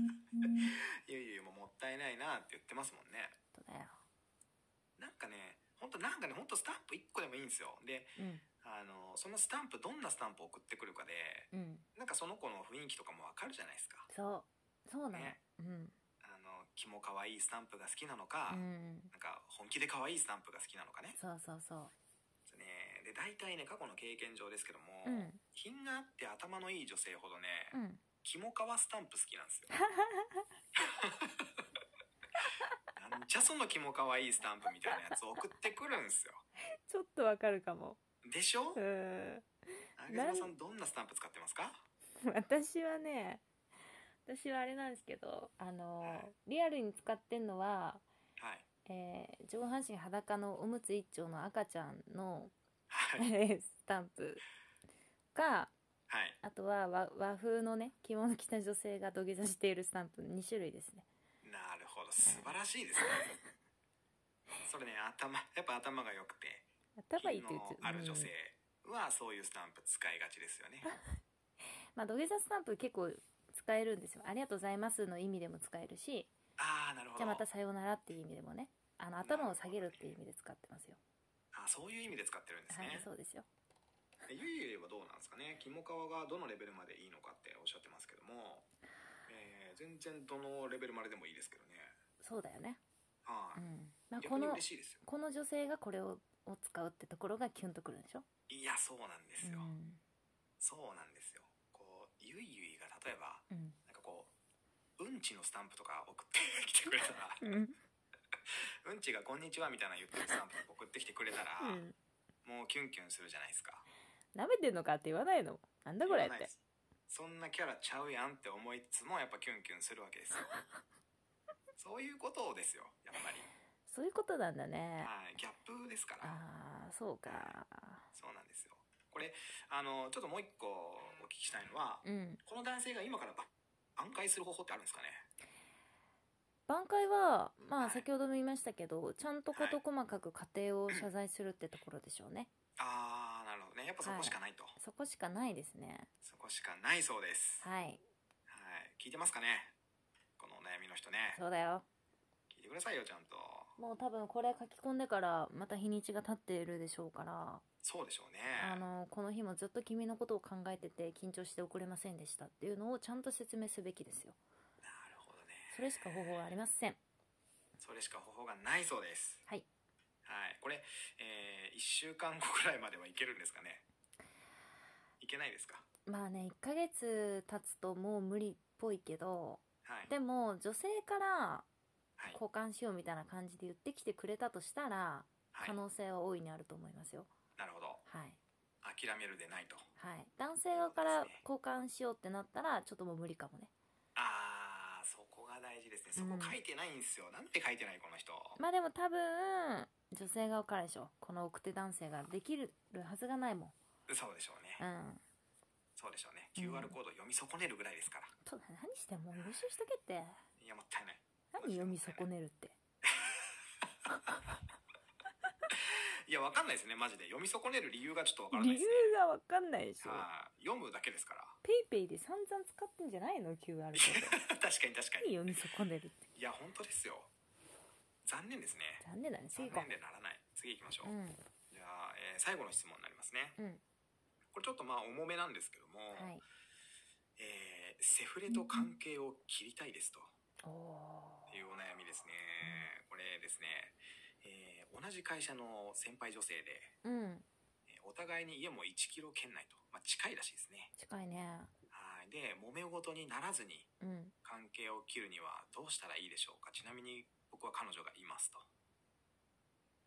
いやいやいやもうもったいないなって言ってますもんねそうだよなんかね本当なんかね本当スタンプ1個でもいいんですよでうんあのそのスタンプどんなスタンプを送ってくるかでうんなんかその子の雰囲気とかもわかるじゃないですかそうそうなの、ねうんあの気も可愛いスタンプが好きなのか、うんなんか本気で可愛いスタンプが好きなのかねそうそうそうねで大体ね過去の経験上ですけども、うん品があって頭のいい女性ほどね、うんキモカワスタンプ好きなんですよっちゃその気も可愛いスタンプみたいなやつ送ってくるんですよ。ちょっとわかるかも。でしょうん。あげまさんどんなスタンプ使ってますか私はね、私はあれなんですけど、あの、リアルに使ってんのは、はい。えー上半身裸のおむつ一丁の赤ちゃんの、はい。えー スタンプか、はい。あとは和和風のね、着物着た女性が土下座しているスタンプ2種類ですね。なるほど。素晴らしいですね。それね、頭、やっぱ頭が良くて、頭いいって品言っのてある女性うんはそういうスタンプ使いがちですよね。まあ土下座スタンプ結構使えるんですよ。ありがとうございますの意味でも使えるし、ああ、なるほじど。ゃあまたさようならっていう意味でもね、あの頭を下げるっていう意味で使ってますよ。あそういう意味で使ってるんですはいね、。そうですよ。でゆいゆいはどうなんですかねキモカワがどのレベルまでいいのかっておっしゃってますけども、えー全然どのレベルまででもいいですけどねそうだよね。はうい、ん。まあこ逆の、に嬉しいですよこの女性がこれをを使うってところがキュンとくるんでしょいやそうなんですよ、うんそうなんですよこうゆいゆいが例えばうんなんかこううんちのスタンプとか送ってきてくれた らうんうんうんちが「こんにちは」みたいな言ってるスタンプとか送ってきてくれたら、もうキュンキュンするじゃないですか舐めてんのかって言わないのなんだこれ言わってないですそんなキャラちゃうやんって思いつつもやっぱキュンキュンするわけです よそういうことをですよやっぱりそういうことなんだねはいギャップですからああそうかそうなんですよこれあのちょっともう一個お聞きしたいのはうんこの男性が今からば挽回する方法ってあるんですかね挽回はまはあい先ほども言いましたけどちゃんと事細かく過程を謝罪するってところでしょうねああなるほどねやっぱそこしかないと、そこしかないですねそこしかないそうですはい、はい聞いてますかねこのお悩みの人ねそうだよ聞いてくださいよちゃんともう多分これ書き込んでからまた日にちが経っているでしょうからそうでしょうねあのこの日もずっと君のことを考えてて緊張して遅れませんでしたっていうのをちゃんと説明すべきですよなるほどねそれしか方法はありませんそれしか方法がないそうですはいはいこれ、え1週間後くらいまではいけるんですかねいけないですかまあね1ヶ月経つともう無理っぽいけどはいでも女性からはい交換しようみたいな感じで言ってきてくれたとしたらはい可能性は大いにあると思いますよなるほどはい諦めるでないとはい男性側から交換しようってなったらちょっともう無理かもねあーそこが大事ですねそこうん書いてないんですよ、なんて書いてないこの人まあでも多分女性側からでしょこの奥手男性ができるはずがないもんそうでしょううね、んそうでしょうねうん QR コード読み損ねるぐらいですからそうだ何してもう予習しとけっていやもったいない何読み損ねるっていやわかんないですねマジで読み損ねる理由がちょっとわからな理い由ですねが分かんないでしょはい読むだけですから ペイペイで散々使ってんじゃないの QR コード確かに確か何に読み損ねるっていや本当ですよ残念ですね残念だね残次行こ念でならない次行きましょううう、んじゃあ、えー最後の質問になりますねうんこれちょっとまあ重めなんですけども、はいえーセフレと関係を切りたいですとおっていうお悩みですね。これですね、えー同じ会社の先輩女性で、ーうんえーお互いに家も1キロ圏内と、まあ、近いらしいですね。近いねはい。で、揉め事にならずにうん関係を切るにはどうしたらいいでしょうかちなみに僕は彼女がいますと。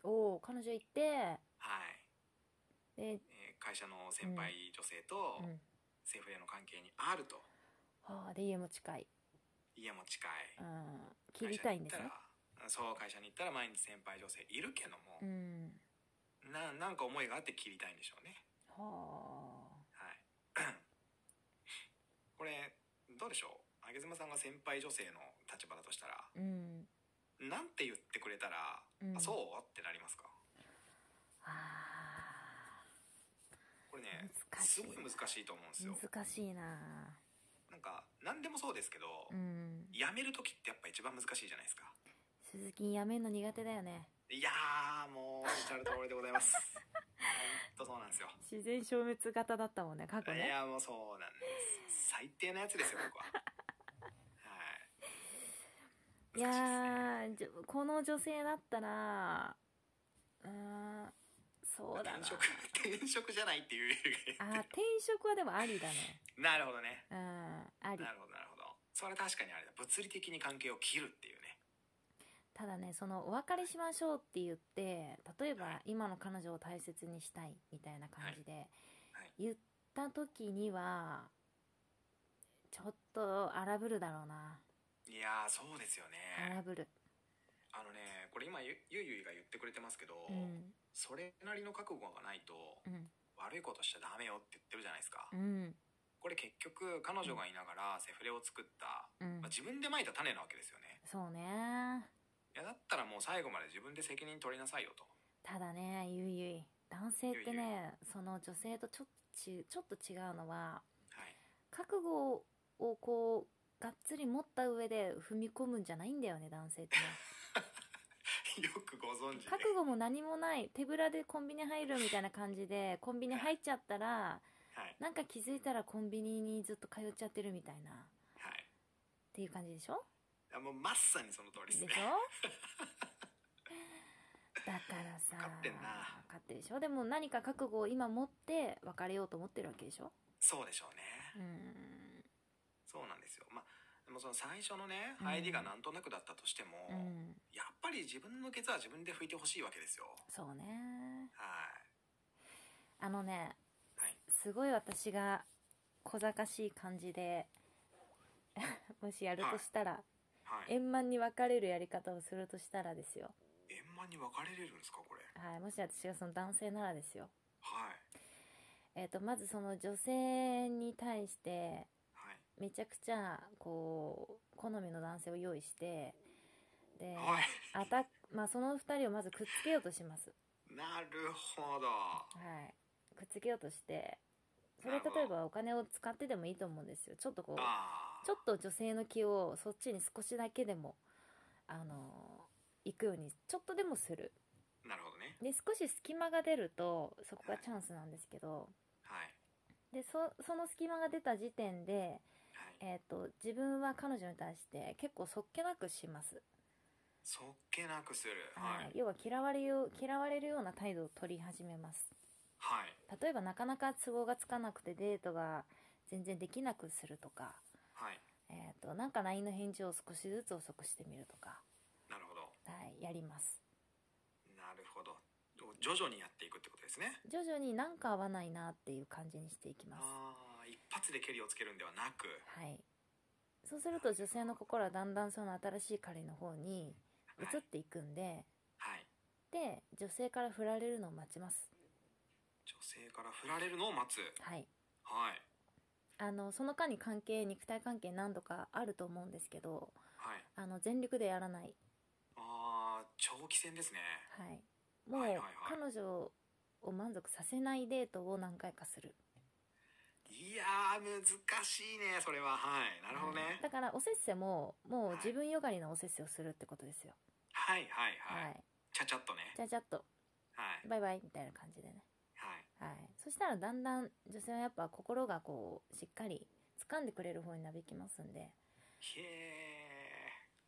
おお彼女行ってはい。でえー会社の先輩女性とうんセフレの関係にあると、ああで家も近い家も近い。うん切りたいんです会社にね行ったらそう、会社に行ったら毎日先輩女性いるけどもう、んななんか思いがあって切りたいんでしょうね。ははい。 これ、どうでしょうあげずまさんが先輩女性の立場だとしたら、あうんなんて言ってくれたら、うんあ、そうってなりますかあこれーね、難しすいごい難しいと思うんですよ。難しいななんか、何でもそうですけど、うん辞める時ってやっぱ一番難しいじゃないですか。鈴木やめんの苦手だよねいやー、もう、おっしゃる通りでございます。ほんとそうなんですよ。自然消滅型だったもんね過去いねや、もうそうなんです。最低なやつですよ、僕は。はい。いや難しですーじねょこの女性だったらうーんそうだな転職、転職 じゃないっていう理由あがー転職はでもありだね なるほどね。うんありなるほど、なるほど。それは確かにあれだ。物理的に関係を切るっていうね。ただねそのお別れしましょうって言って例えば、はい今の彼女を大切にしたいみたいな感じで、はい言った時にはちょっと荒ぶるだろうないやーそうですよね荒ぶるあのねこれ今ゆゆいゆいが言ってくれてますけど、うんそれなりの覚悟がないとうん悪いことしちゃダメよって言ってるじゃないですか、うんこれ結局彼女がいながらセフレを作った、うんまあ、自分でまいた種なわけですよねそうねいやだったらもう最後まで自分で責任取りなさいよとただねゆいゆい男性ってねゆいその女性とちょっちちょっと違うのははい覚悟をこうがっつり持った上で踏み込むんじゃないんだよね男性ってね よくご存知で覚悟も何もない手ぶらでコンビニ入るみたいな感じでコンビニ入っちゃったらはいなんか気づいたらコンビニにずっと通っちゃってるみたいなっはいていう感じでしょあもうまさにその通でりし ですょねだからさ分かってんな分かってるでしょでも何か覚悟を今持って別れようと思ってるわけでしょそうでしょうね、うーんそうなんですよまあでもその最初のねうん入りがなんとなくだったとしても、うんやっぱり自分のケツは自分で拭いてほしいわけですよそうねはあのねいはいすごい私が小賢しい感じで もしやるとしたら、はい円満に分かれるやり方をするとしたらですよ、円満に分かれれるんですかこれはい、もし私がその男性ならですよ、はいえー、とまずその女性に対してはいめちゃくちゃこう好みの男性を用意してで、はいアタックまあ、その2人をまずくっつけようとします、なるほどはい、くっつけようとしてそれなるほど例えばお金を使ってでもいいと思うんですよちょっとこうああちょっと女性の気をそっちに少しだけでもあの行くようにちょっとでもするなるほどねで少し隙間が出るとそこがチャンスなんですけどはいでそその隙間が出た時点で、はいえー、と自分は彼女に対して結構そっけなくします、そっけなくするはい要は嫌われよ嫌われるような態度を取り始めますはい例えばなかなか都合がつかなくてデートが全然できなくするとか、はいえー、となんか LINE の返事を少しずつ遅くしてみるとか、なるほどはい、やりますなるほど徐々にやっていくってことですね徐々になんか合わないなっていう感じにしていきますああ一発で蹴りをつけるんではなくはいそうすると女性の心はだんだんその新しい彼の方にはい移っていくんで、はいで女性から振られるのを待ちます女性から振られるのを待つはいはいあのその間に関係肉体関係何度かあると思うんですけどはいあの全力でやらないああ長期戦ですねはいもう、はいはいは彼女を満足させないデートを何回かするいやー難しいねそれははいなるほどねはいだからおせっせももはうい自分よがりのおせっせをするってことですよはいはいはい、はいちゃちゃっとねじゃあちゃっとはいバイバイみたいな感じでねはいはい、そしたらだんだん女性はやっぱ心がこうしっかり掴んでくれる方になびきますんでへえ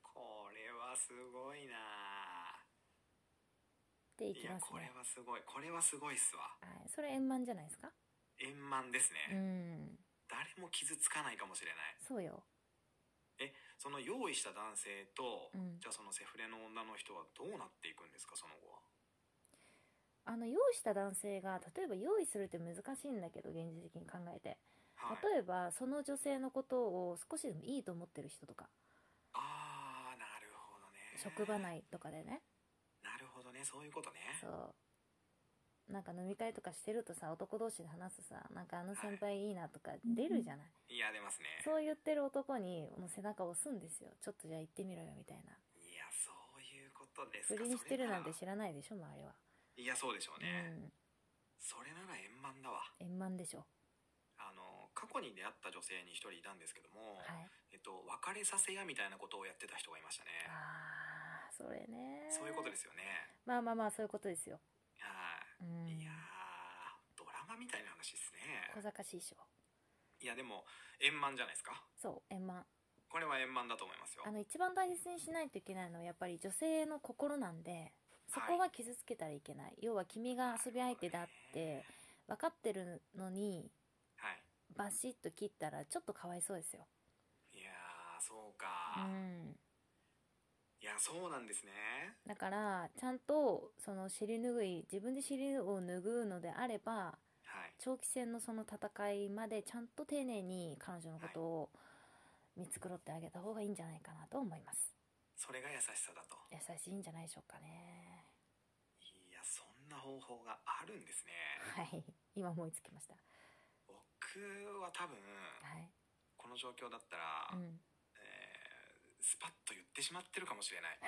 これはすごいなでいいきやますこれねはすごいこれはすごいっすわはい、それ円満じゃないですか円満ですうね、ん誰も傷つかないかもしれないそうよその用意した男性と、うんじゃあそのセフレの女の人はどうなっていくんですかその後はあの用意した男性が例えば用意するって難しいんだけど現実的に考えてはい例えばその女性のことを少しでもいいと思ってる人とかああなるほどね職場内とかでねなるほどねそういうことねそうなんか飲み会とかしてるとさ男同士で話すさなんかあの先輩いいなとかん出るじゃないいや出ますねそう言ってる男にもう背中を押すんですよちょっとじゃあ行ってみろよみたいないやそういうことです不か倫してるなんてそ知らないでしょ周りは、れならいやそうでしょうね、それなら円満だわうん円満でしょあの過去に出会った女性に一人いたんですけども、はいえっと別れさせやみたいなことをやってた人がいましたねああそれねそういうことですすよねまあまあまあそういうことですよ、はうい、ん、いやードラマみたいな話です小ね賢しいでしょいやでも円満じゃないですかそう円満これは円満だと思いますよあの一番大切にしないといけないのはやっぱり女性の心なんでそこは傷つけたらいけない、要は君が遊び相手だって分かってるのにはいバシッと切ったらちょっとかわいそうですよいやーそうか、うんいや、そうなんですね。だからちゃんとその尻拭い自分で尻を拭うのであればはい。長期戦のその戦いまでちゃんと丁寧に彼女のことを見繕ってあげた方がいいんじゃないかなと思いますそれが優しさだと。優しいんじゃないでしょうかねいや、そんな方法があるんですね。はい今思いつきました僕は多分、はいこの状況だったら、うんえースパッと言ってしまってるかもしれない。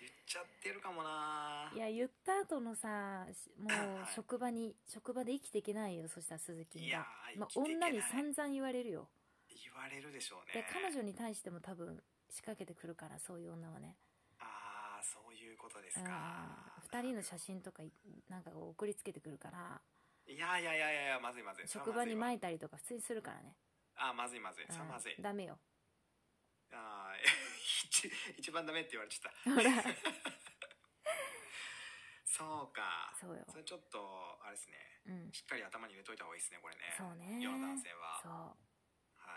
言っちゃってるかもないや言った後のさしもうはい職場に職場で生きていけないよそしたら鈴木いやが、ーまあ、生きていけな女いに散々言われるよ言われるでしょうでね。彼女に対しても多分仕掛けてくるからそういう女はねああ、そういうことですうんか。 2人の写真とかいなんかこう送りつけてくるからいやいやいやいやいや、まずいまずい。職場にま撒ずいわいたりとか普通にするからねあーまずいまずい。それはまずいうん。ダメよああ、 一一番ダメって言われちゃった。ほら そうか。そうよそれちょっと、あれですね。うんしっかり頭に入れといた方がいいですね、これね。そうね世の男性は。そうは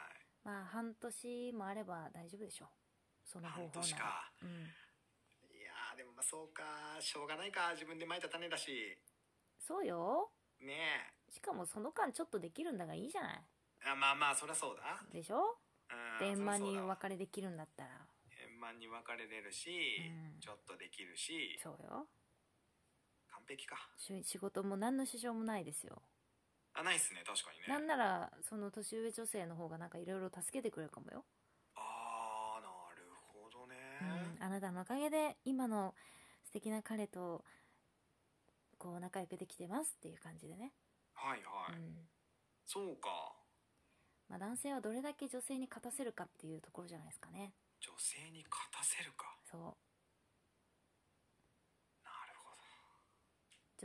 い。まあ半年もあれば大丈夫でしょうその方法半年ならかうんいやーでもまあそうかしょうがないか自分でまいた種だしそうよねしかもその間ちょっとできるんだがいいじゃないえあまあまあそりゃそうだでしょうん電話にそりゃそうだわ別れできるんだったら円満に分かれれるし、うんちょっとできるしそうよ完璧かし仕事も何の支障もないですよあないっすね確かになんねならその年上女性の方がなんかいろいろ助けてくれるかもよ、あーなるほどね、うん、あなたのおかげで今の素敵な彼とこう仲良くできてますっていう感じでね、はいはい、うんそうかまあ、男性はどれだけ女性に勝たせるかっていうところじゃないですかね女性に勝たせるかそうなるほど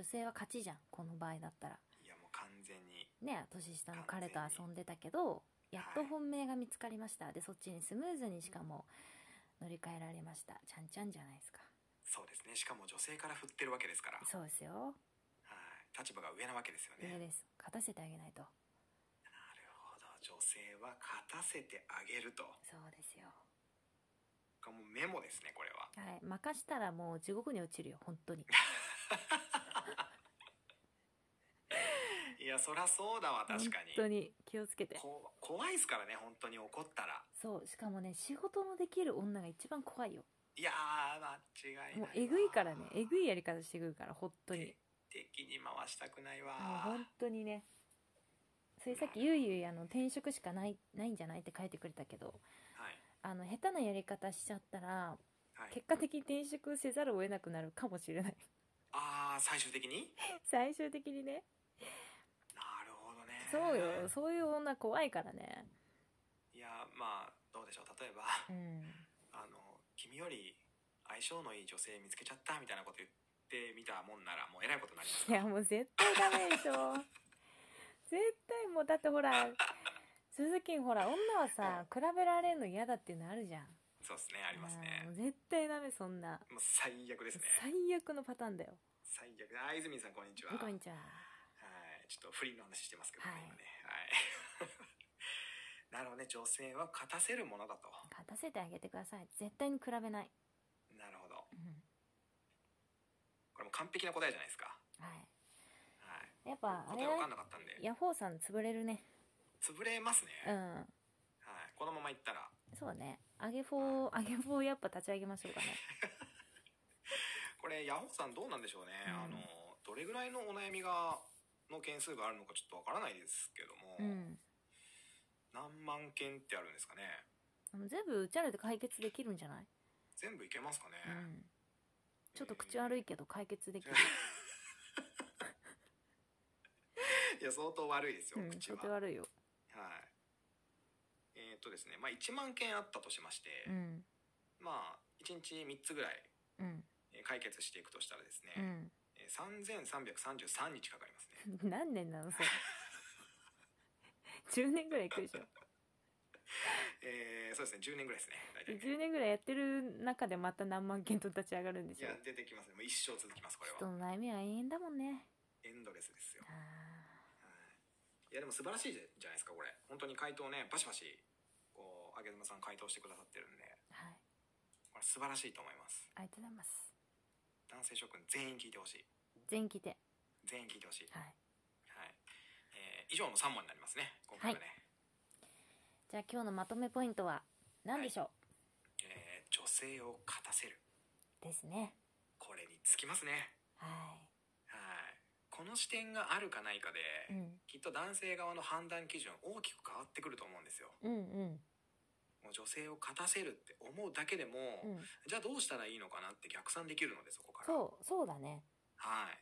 女性は勝ちじゃんこの場合だったらいやもう完全にね年下の彼と完全遊にんでたけどやっとはい本命が見つかりました、でそっちにスムーズにしかも乗り換えられましたちゃんちゃんじゃないですかそうですねしかも女性から振ってるわけですから、はい、そうですよ立場が上なわけですよ上ねです勝たせてあげないとなるほど女性は勝たせてあげるとそうですよこれもうメモですねこれははい任したらもう地獄に落ちるよ本当にいやそらそうだわ確かに本当に気をつけてこ怖いですからね本当に怒ったらそうしかもね仕事のできる女が一番怖いよいやー間違いないもうわえぐいからねえぐいやり方してくるから本当に敵に回したくないもうわ本当にねそれさっきゆうゆいあの転職しかないないんじゃないって書いてくれたけどはいあの下手なやり方しちゃったらはい結果的に転職せざるを得なくなるかもしれ ないああ最終的に最終的にねなるほどねそうよそういう女怖いからねいやまあどうでしょう例えばうんあの君より相性のいい女性見つけちゃったみたいなこと言ってみたもんならもうえらいことになりますいやもう絶対ダメでしょ絶対もうだってほら鈴木ほら女はさ比べられるの嫌だっていうのあるじゃんそうですねありますうんもねう絶対ダメそんなもう最悪ですね最悪のパターンだよ最悪あ泉さんこんにちはこんにちははいちょっと不倫の話してますけどね、はい今ねはい なるほどね女性は勝たせるものだと勝たせてあげてください絶対に比べない、なるほどうんこれもう完璧な答えじゃないですかははいいやっぱあ答れえ分かんだなかったんでヤホーさん潰れるね潰れますうね、んはい、このままいったらそうね揚げフォー揚げフォーやっぱ立ち上げましょうかねこれヤホーさんどうなんでしょうね、うんあのどれぐらいのお悩みがの件数があるのかちょっとわからないですけども、うん何万件ってあるんですかねでも全部うちゃらで解決できるんじゃない、全部いけますかね、うん、ちょっと口悪いけど解決できる、 いや相当悪いですよ、うん、口口は悪いよ、はい。えーっとですね、まあ1万件あったとしまして、うんまあ1日3つぐらいうんえー解決していくとしたらですうね、んえー3333日かかります ね。何年なのそれ10年ぐらいいくでしょえーそうですね、10年ぐらいですね、大体ね。 10年ぐらいやってる中でまた何万件と立ち上がるんでいしょや、出てきますね。もう一生続きます、これ人は。の悩みは永遠だもんねエンドレスですよ。あはいいや、でも素晴らしいじゃじゃないですか、これ。本当に回答ね、バシバシ、こう、あげずまさん回答してくださってるんで、はい。これ素晴らしいと思います。ありがとうございます。男性諸君全員聞いてほしい。全員聞いて。全員聞いてほしい。はい。はい。えー以上の3問になりますね。今回はね。じゃあ今日のまとめポイントは何でしょう、えー女性を勝たせる。ですね。これにつきますね。ははい。この視点があるかないかで、い。うん。きっと男性側の判断基準大きく変わってくると思うんですよ。うんうん。もう女性を勝たせるって思うだけでも、うん。じゃあどうしたらいいのかなって逆算できるので、そこから。そう、そうだね。はい。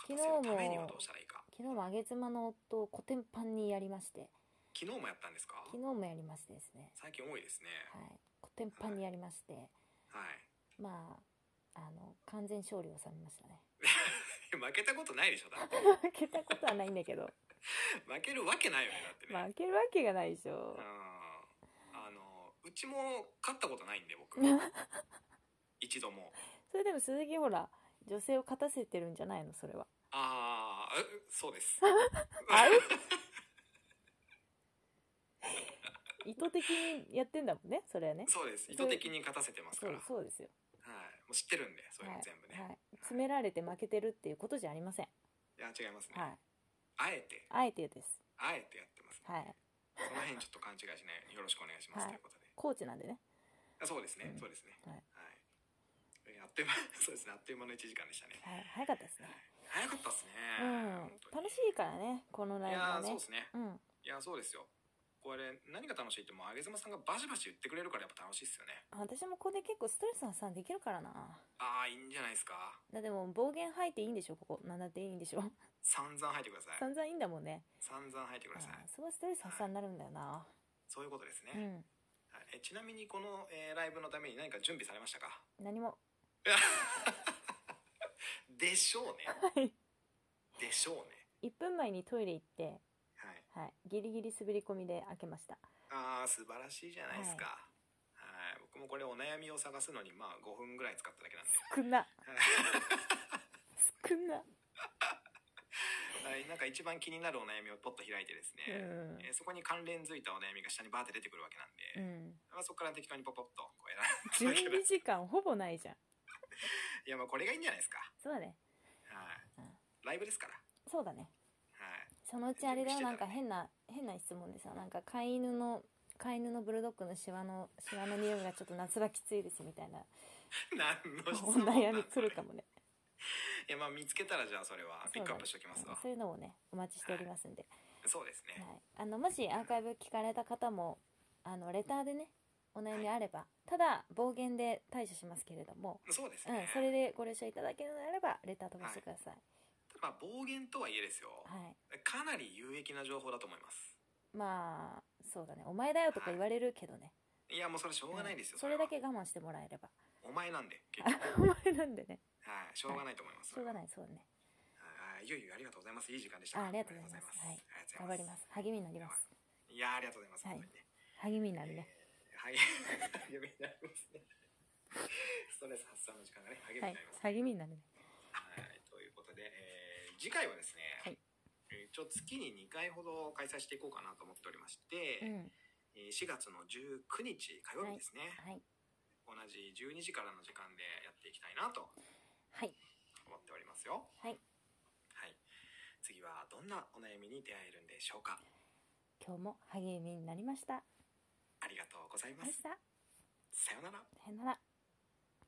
昨日勝たせもるためにはどうしたらいいか。昨日もあげ妻の夫をコテンパンにやりまして、昨日もやったんですか昨日もやりましてですね。最近多いですね。はい。コテンパンにやりまして、はい。まあ、あの、完全勝利を収めましたね。 負けたことないで しょだって負けたことはないんだけど。負けるわけないよねだってね、負けるわけがないでしょ。うんあのうちも勝ったことないんで 僕一度もそれでも鈴木ほら、女性を勝たせてるんじゃないのそれは。ああそうです あれ意図的にやってんだもんね、それはね。 そうです意図的に勝たせてますそからう、そうですよ。はい、もう知ってるんでそういうの全部ね、はい、はい、詰められて負けてるっていうことじゃありません、い、や違いますね、はい、あえてあえてです、あえてやってます、ねはい、その辺ちょっと勘違いしないようによろしくお願いしまはす、いということでコーチなんでねあそうですね、うんそうですねはいはい、えあっという間 そうですねあっという間の1時間でしたねはい早かったですね早かったですねう、ん本当に楽しいからねこのライいブやはーそうねですねうんいや、そうですよ。これ、何が楽しいって、もう、あげずまさんがバシバシ言ってくれるから、やっぱ楽しいっすよね。私もここで結構ストレス発散できるからなああ、いいんじゃないですか。だでも暴言吐いていいんでしょここなんだっていいんでしょ散々入ってください。散々いいんだもんね散々入ってくださあいー。すごいストレス発散になるんだよなそういうことですね。うんはいえちなみに、この、えーライブのために何か準備されまし たか何もでしょうはね。いでしょうね。 1分前にトイレ行ってはい。はいギリギリ滑り込みで開けましたああ、素晴らしいじゃないですか。はい、僕もこれ、お悩みを探すのに、まあ、5分ぐらい使っただけなんで。少な少なはい、なんか一番気になるお悩みをポッと開いてですうね。んえーそこに関連づいたお悩みが下にバーって出てくるわけなんうんで。まあ、そこから適当にポポッとこう選んでいただければ12時間ほぼないじゃんいやまあこれがいいんじゃないですかそうだねはうい、んライブですからそうだねはいそのうちあれだよ準なん備してたからね変な変な質問でさなんか飼い犬の飼い犬のブルドッグのシワのシワの匂いがちょっと夏場きついですみたいな何の質お問悩み来るかももねいやまあ見つけたらじゃあそれはピックアップしておきますうんわそういうのをねお待ちしておりますんで、そうですはねい、あのもしアーカイブ聞かれた方もあのレターでねお悩みあればただ暴言で対処しますけれどもそうですうんね、それでご了承いただけるのであればレター飛ばしてくださいまあ暴言とはいえですよはいかなり有益な情報だと思いますまあそうだねお前だよとか言われるけどね、いやもうそれしょうがないですうんよ、それだけ我慢してもらえれば お前なんで結あ局お前なんでねはいしょうがないと思いますしょうがいないそうだねはいいよいよありがとうございますいい時間でしたあありがとうございますありがとう頑張ございりまますす励みになりますいやありがとうございます、はい本当にね励みになるねはい、 励みになりますね。ストレス発散の時間がね、励はいみになります。励みになるねはい、ということで、えー次回はですね、はいえー一応月に2回ほど開催していこうかなと思っておりましうて、んえー4月の19日火曜日ですね、はい同じ12時からの時間でやっていきたいなとはい思っておりますよ。はいはい。次はどんなお悩みに出会えるんでしょうか。今日も励みになりましたありがとうございま明日す。さようなら。さよなら